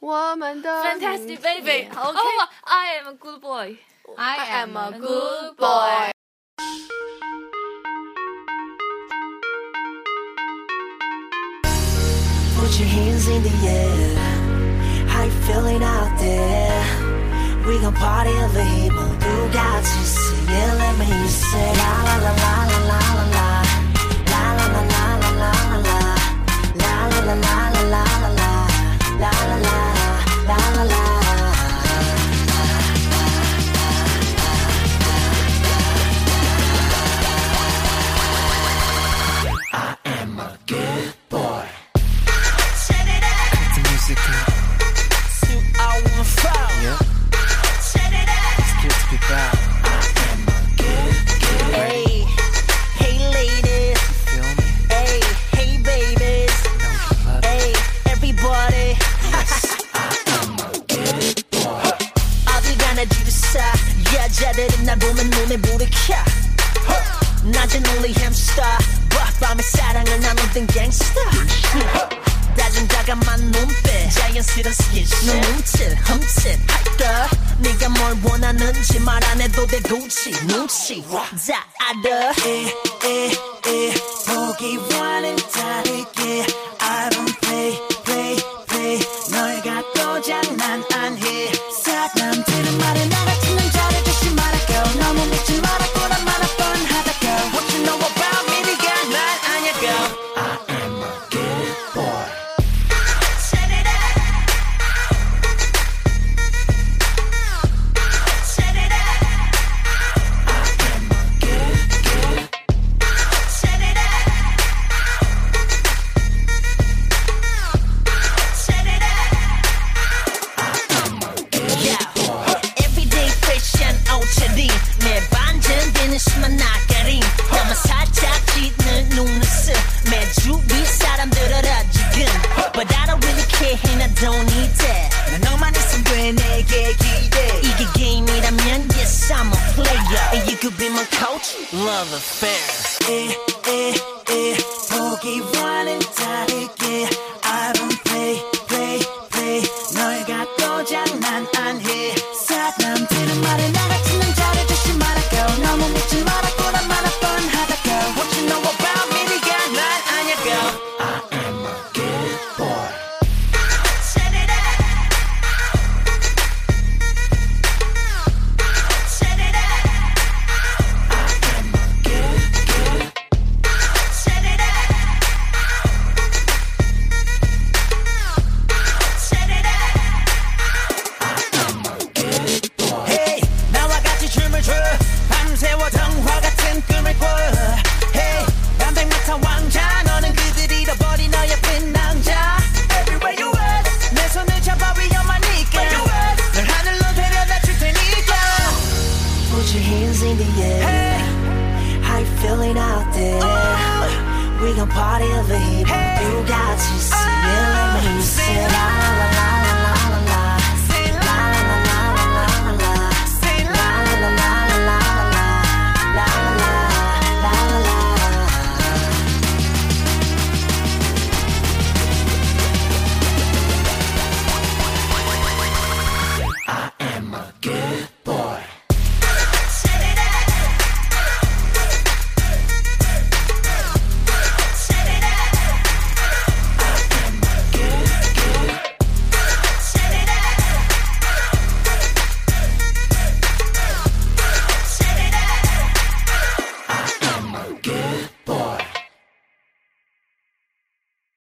D: 我们的
A: Fantastic Baby，
C: 好，OK
A: Oh, I am a good boy。
C: I am a good boy
E: boy。
F: Put your hands in the air. How you feeling out there? We gon' party over here, but you got to see it. Let me hear you say la la la la la la la la. La la la la la la la la. La la la la la la la la. La la la la la la. Hey, hey ladies. Hey, hey babies. Hey, everybody. 어딜 가나 주사 여자들은 나 보면 눈에 불이 켜 낮엔 only hamster 봐, 밤에 사랑을 나누던 gangster 낮은 다감한 눈빛 자연스런 스킨십 눈 움찔 흠칫 할까 네가 뭘 원하는지 말 안 해도 돼 굳이 눈치 다 알아 에에에 보기와는 다르게 I don't play play play 널 갖고 장난 안해 사람들은 말해 나 같은 남자를 다시 말아 girl 너무 믿지 마라 꼬란 말아 뻔하다 girl What you know about me 네가 난 아냐 girl everyday fashion 옷차림 내 반전되는 심한 나가림 너만 살짝 찢는 눈웃음 매주 위 사람들을 아직은 But I don't really care and I don't need that 난 너만 있으면 돼 내게 기대 이게 게임이라면 yes I'm a player You could be my coach love affair oh.